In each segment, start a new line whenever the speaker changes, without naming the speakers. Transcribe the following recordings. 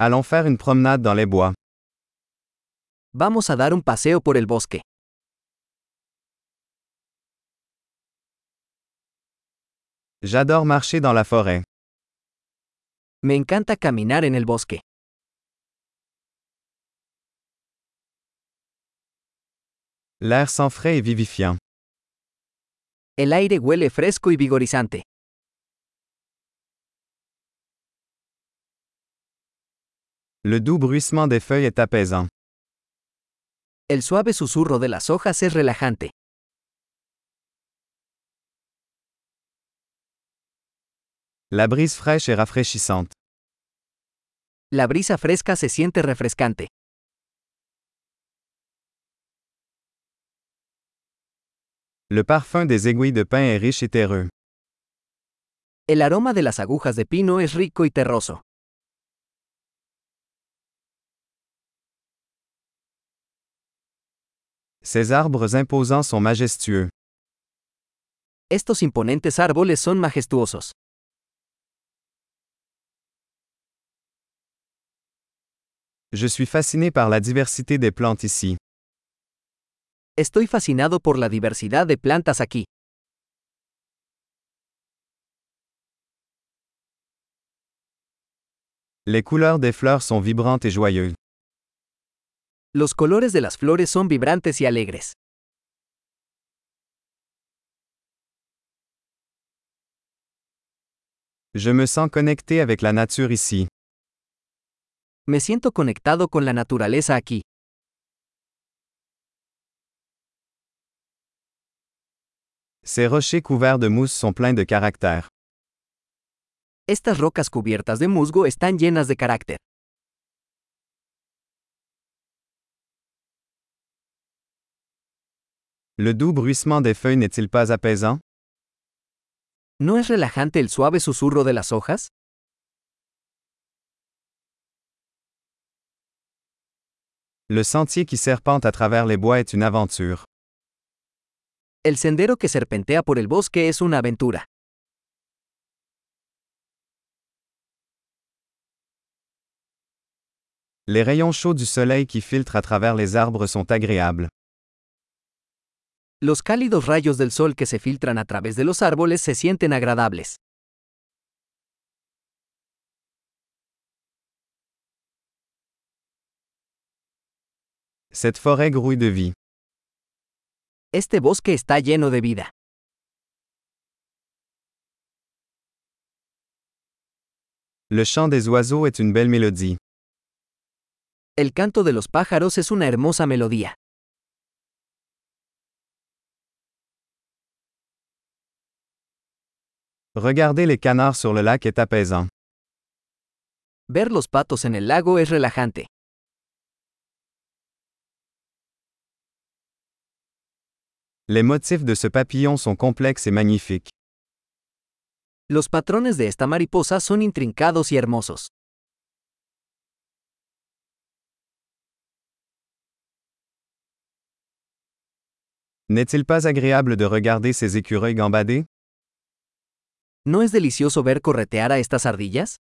Allons faire une promenade dans les bois.
Vamos a dar un paseo por el bosque.
J'adore marcher dans la forêt.
Me encanta caminar en el bosque.
L'air sent frais et vivifiant.
El aire huele fresco y vigorizante.
Le doux bruissement des feuilles est apaisant.
El suave susurro de las hojas es relajante.
La brise fraîche est rafraîchissante.
La brisa fresca se siente refrescante.
Le parfum des aiguilles de pin est riche et terreux.
El aroma de las agujas de pino es rico y terroso.
Ces arbres imposants sont majestueux.
Estos imponentes árboles son majestuosos.
Je suis fasciné par la diversité des plantes ici.
Estoy fascinado por la diversidad de plantas aquí.
Les couleurs des fleurs sont vibrantes et joyeuses.
Los colores de las flores son vibrantes y alegres.
Je me sens connecté avec la nature ici.
Me siento conectado con la naturaleza aquí.
Ces rochers couverts de mousse sont pleins de caractère.
Estas rocas cubiertas de musgo están llenas de carácter.
Le doux bruissement des feuilles n'est-il pas apaisant?
¿No es relajante el suave susurro de las hojas?
Le sentier qui serpente à travers les bois est une aventure.
El sendero que serpentea por el bosque es una aventura.
Les rayons chauds du soleil qui filtrent à travers les arbres sont agréables.
Los cálidos rayos del sol que se filtran a través de los árboles se sienten agradables.
Cette forêt grouille de vie.
Este bosque está lleno de vida.
Le chant des oiseaux est une belle mélodie.
El canto de los pájaros es una hermosa melodía.
Regarder les canards sur le lac est apaisant.
Ver los patos en el lago es relajante.
Les motifs de ce papillon sont complexes et magnifiques.
Los patrones de esta mariposa son intrincados y hermosos.
N'est-il pas agréable de regarder ces écureuils gambadés?
¿No es delicioso ver corretear a estas ardillas?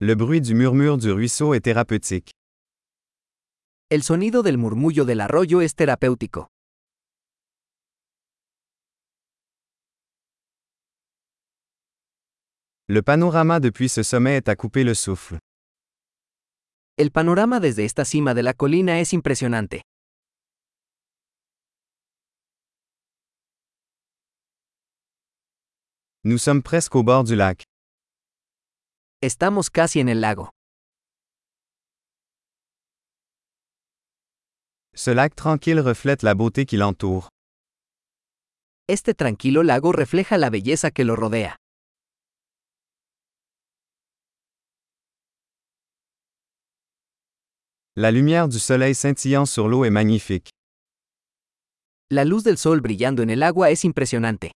Le bruit du murmure du ruisseau est thérapeutique.
El sonido del murmullo del arroyo es terapéutico.
Le panorama depuis ce sommet est à couper le souffle.
El panorama desde esta cima de la colina es impresionante.
Nous sommes presque au bord du lac.
Estamos casi en el lago.
Ce lac tranquille reflète la beauté qui l'entoure.
Este tranquilo lago refleja la belleza que lo rodea.
La lumière du soleil scintillant sur l'eau est magnifique.
La luz del sol brillando en el agua es impresionante.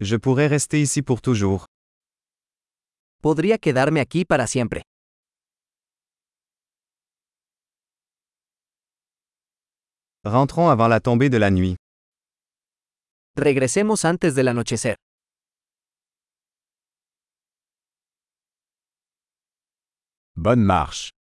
Je pourrais rester ici pour toujours.
Podría quedarme aquí para siempre.
Rentrons avant la tombée de la nuit.
Regresemos antes del anochecer.
Bonne marche.